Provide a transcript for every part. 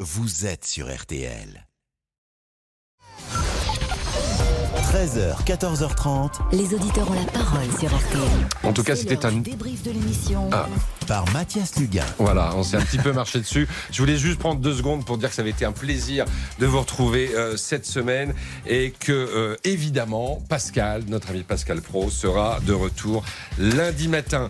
vous êtes sur RTL. 13h, 14h30 Les auditeurs ont la parole sur RTL. En tout cas, c'était l'heure un- du débrief de l'émission. Ah. par Mathias Luguin. Voilà, on s'est un petit peu marché dessus. Je voulais juste prendre deux secondes pour dire que ça avait été un plaisir de vous retrouver euh, cette semaine et que, euh, évidemment, Pascal, notre ami Pascal Pro, sera de retour lundi matin.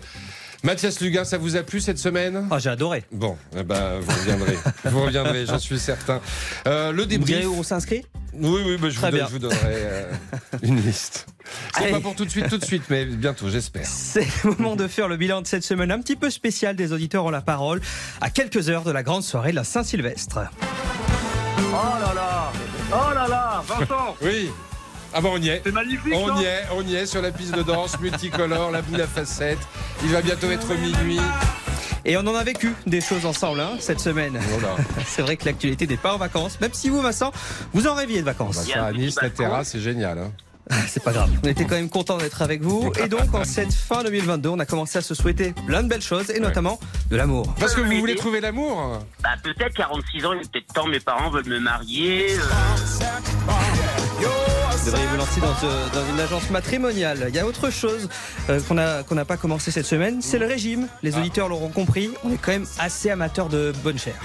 Mathias Luguin, ça vous a plu cette semaine Ah, j'ai adoré. Bon, eh ben, vous reviendrez, vous reviendrez, j'en suis certain. Euh, le Vous me direz débrief. où on s'inscrit Oui, oui, bah, je, vous Très donne- bien. je vous donnerai euh, une liste. C'est Allez. pas pour tout de suite, tout de suite, mais bientôt, j'espère. C'est le moment de faire le bilan de cette semaine un petit peu spéciale des auditeurs ont la parole à quelques heures de la grande soirée de la Saint-Sylvestre. Oh là là Oh là là Vincent Oui. Ah bon, on y est. C'est magnifique hein. On non y est, on y est sur la piste de danse multicolore, la boule à facettes. Il va bientôt être minuit. Et on en a vécu des choses ensemble hein, cette semaine. Oh là, C'est vrai que l'actualité n'est pas en vacances, même si vous, Vincent, vous en rêviez de on va vacances. Ah, faire à Nice, la terrasse, c'est génial. hein. C'est pas grave. On était quand même content d'être avec vous. Et donc, en cette fin 2022, on a commencé à se souhaiter plein de belles choses, et notamment de l'amour. Parce que vous voulez trouver l'amour Bah peut-être 46 ans, il est peut-être temps, mes parents veulent me marier. euh, Vous devriez vous lancer dans, euh, dans une agence matrimoniale. Il y a autre chose euh, qu'on a- qu'on n'a pas commencé cette semaine, c'est le régime. Les auditeurs l'auront compris, on est quand même assez amateur de bonne chère.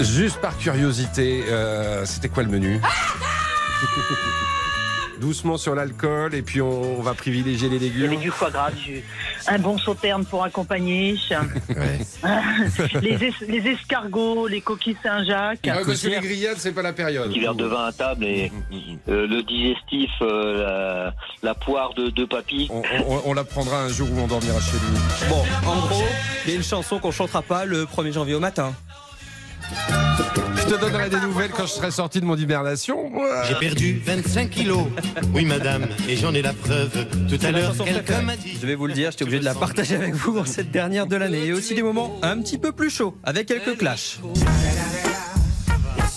Juste par curiosité, euh, c'était quoi le menu Doucement sur l'alcool et puis on, on va privilégier les Il y avait légumes. du foie gras, du- un bon sauterne pour accompagner, les, es- les escargots, les coquilles Saint-Jacques. Ouais, parce que les grillades, c'est pas la période. petit verre de vin à table et euh, le digestif, euh, la, la poire de, de papy. On, on- on la prendra un jour où on dormira chez lui. Bon, en gros, il y a une chanson qu'on chantera pas le 1er janvier au matin. Je te donnerai des nouvelles quand je serai sorti de mon hibernation. J'ai perdu 25 kilos. Oui, madame, et j'en ai la preuve. Tout à C'est la l'heure, chanson quelqu'un préférée. m'a dit. Je vais vous le dire, j'étais obligé de la partager avec vous en cette dernière de l'année. Et aussi des moments un petit peu plus chauds, avec quelques clashs.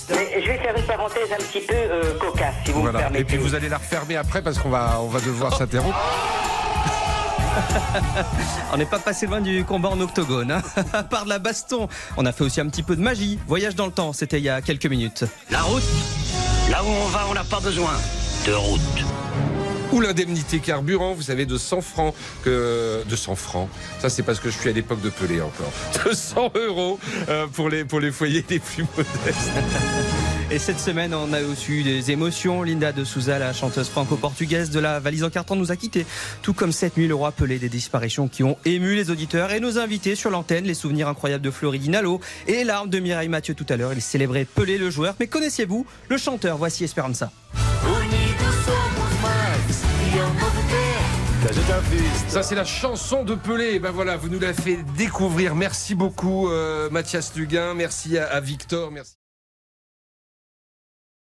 Mais je vais faire une parenthèse un petit peu euh, cocasse, si vous me Voilà. permettez. Et puis vous allez la refermer après parce qu'on va, on va devoir s'interrompre. On n'est pas passé loin du combat en octogone. Hein. À part de la baston, on a fait aussi un petit peu de magie. Voyage dans le temps, c'était il y a quelques minutes. La route, là où on va, on n'a pas besoin de route. ou l'indemnité carburant, vous savez, de 100 francs. Que, de 100 francs. Ça, c'est parce que je suis à l'époque de Pelé encore. De 100 euros euh, pour, les, pour les foyers les plus modestes. Et cette semaine, on a aussi eu des émotions. Linda de Souza, la chanteuse franco-portugaise de la valise en carton, nous a quittés. Tout comme cette nuit, le roi Pelé des disparitions qui ont ému les auditeurs et nos invités sur l'antenne, les souvenirs incroyables de Floridine Allo et les larmes de Mireille Mathieu tout à l'heure. Il célébrait Pelé le joueur, mais connaissiez-vous le chanteur Voici Esperanza. Ça, c'est la chanson de Pelé. Et ben voilà, vous nous la fait découvrir. Merci beaucoup, euh, Mathias Luguin. Merci à, à Victor. Merci.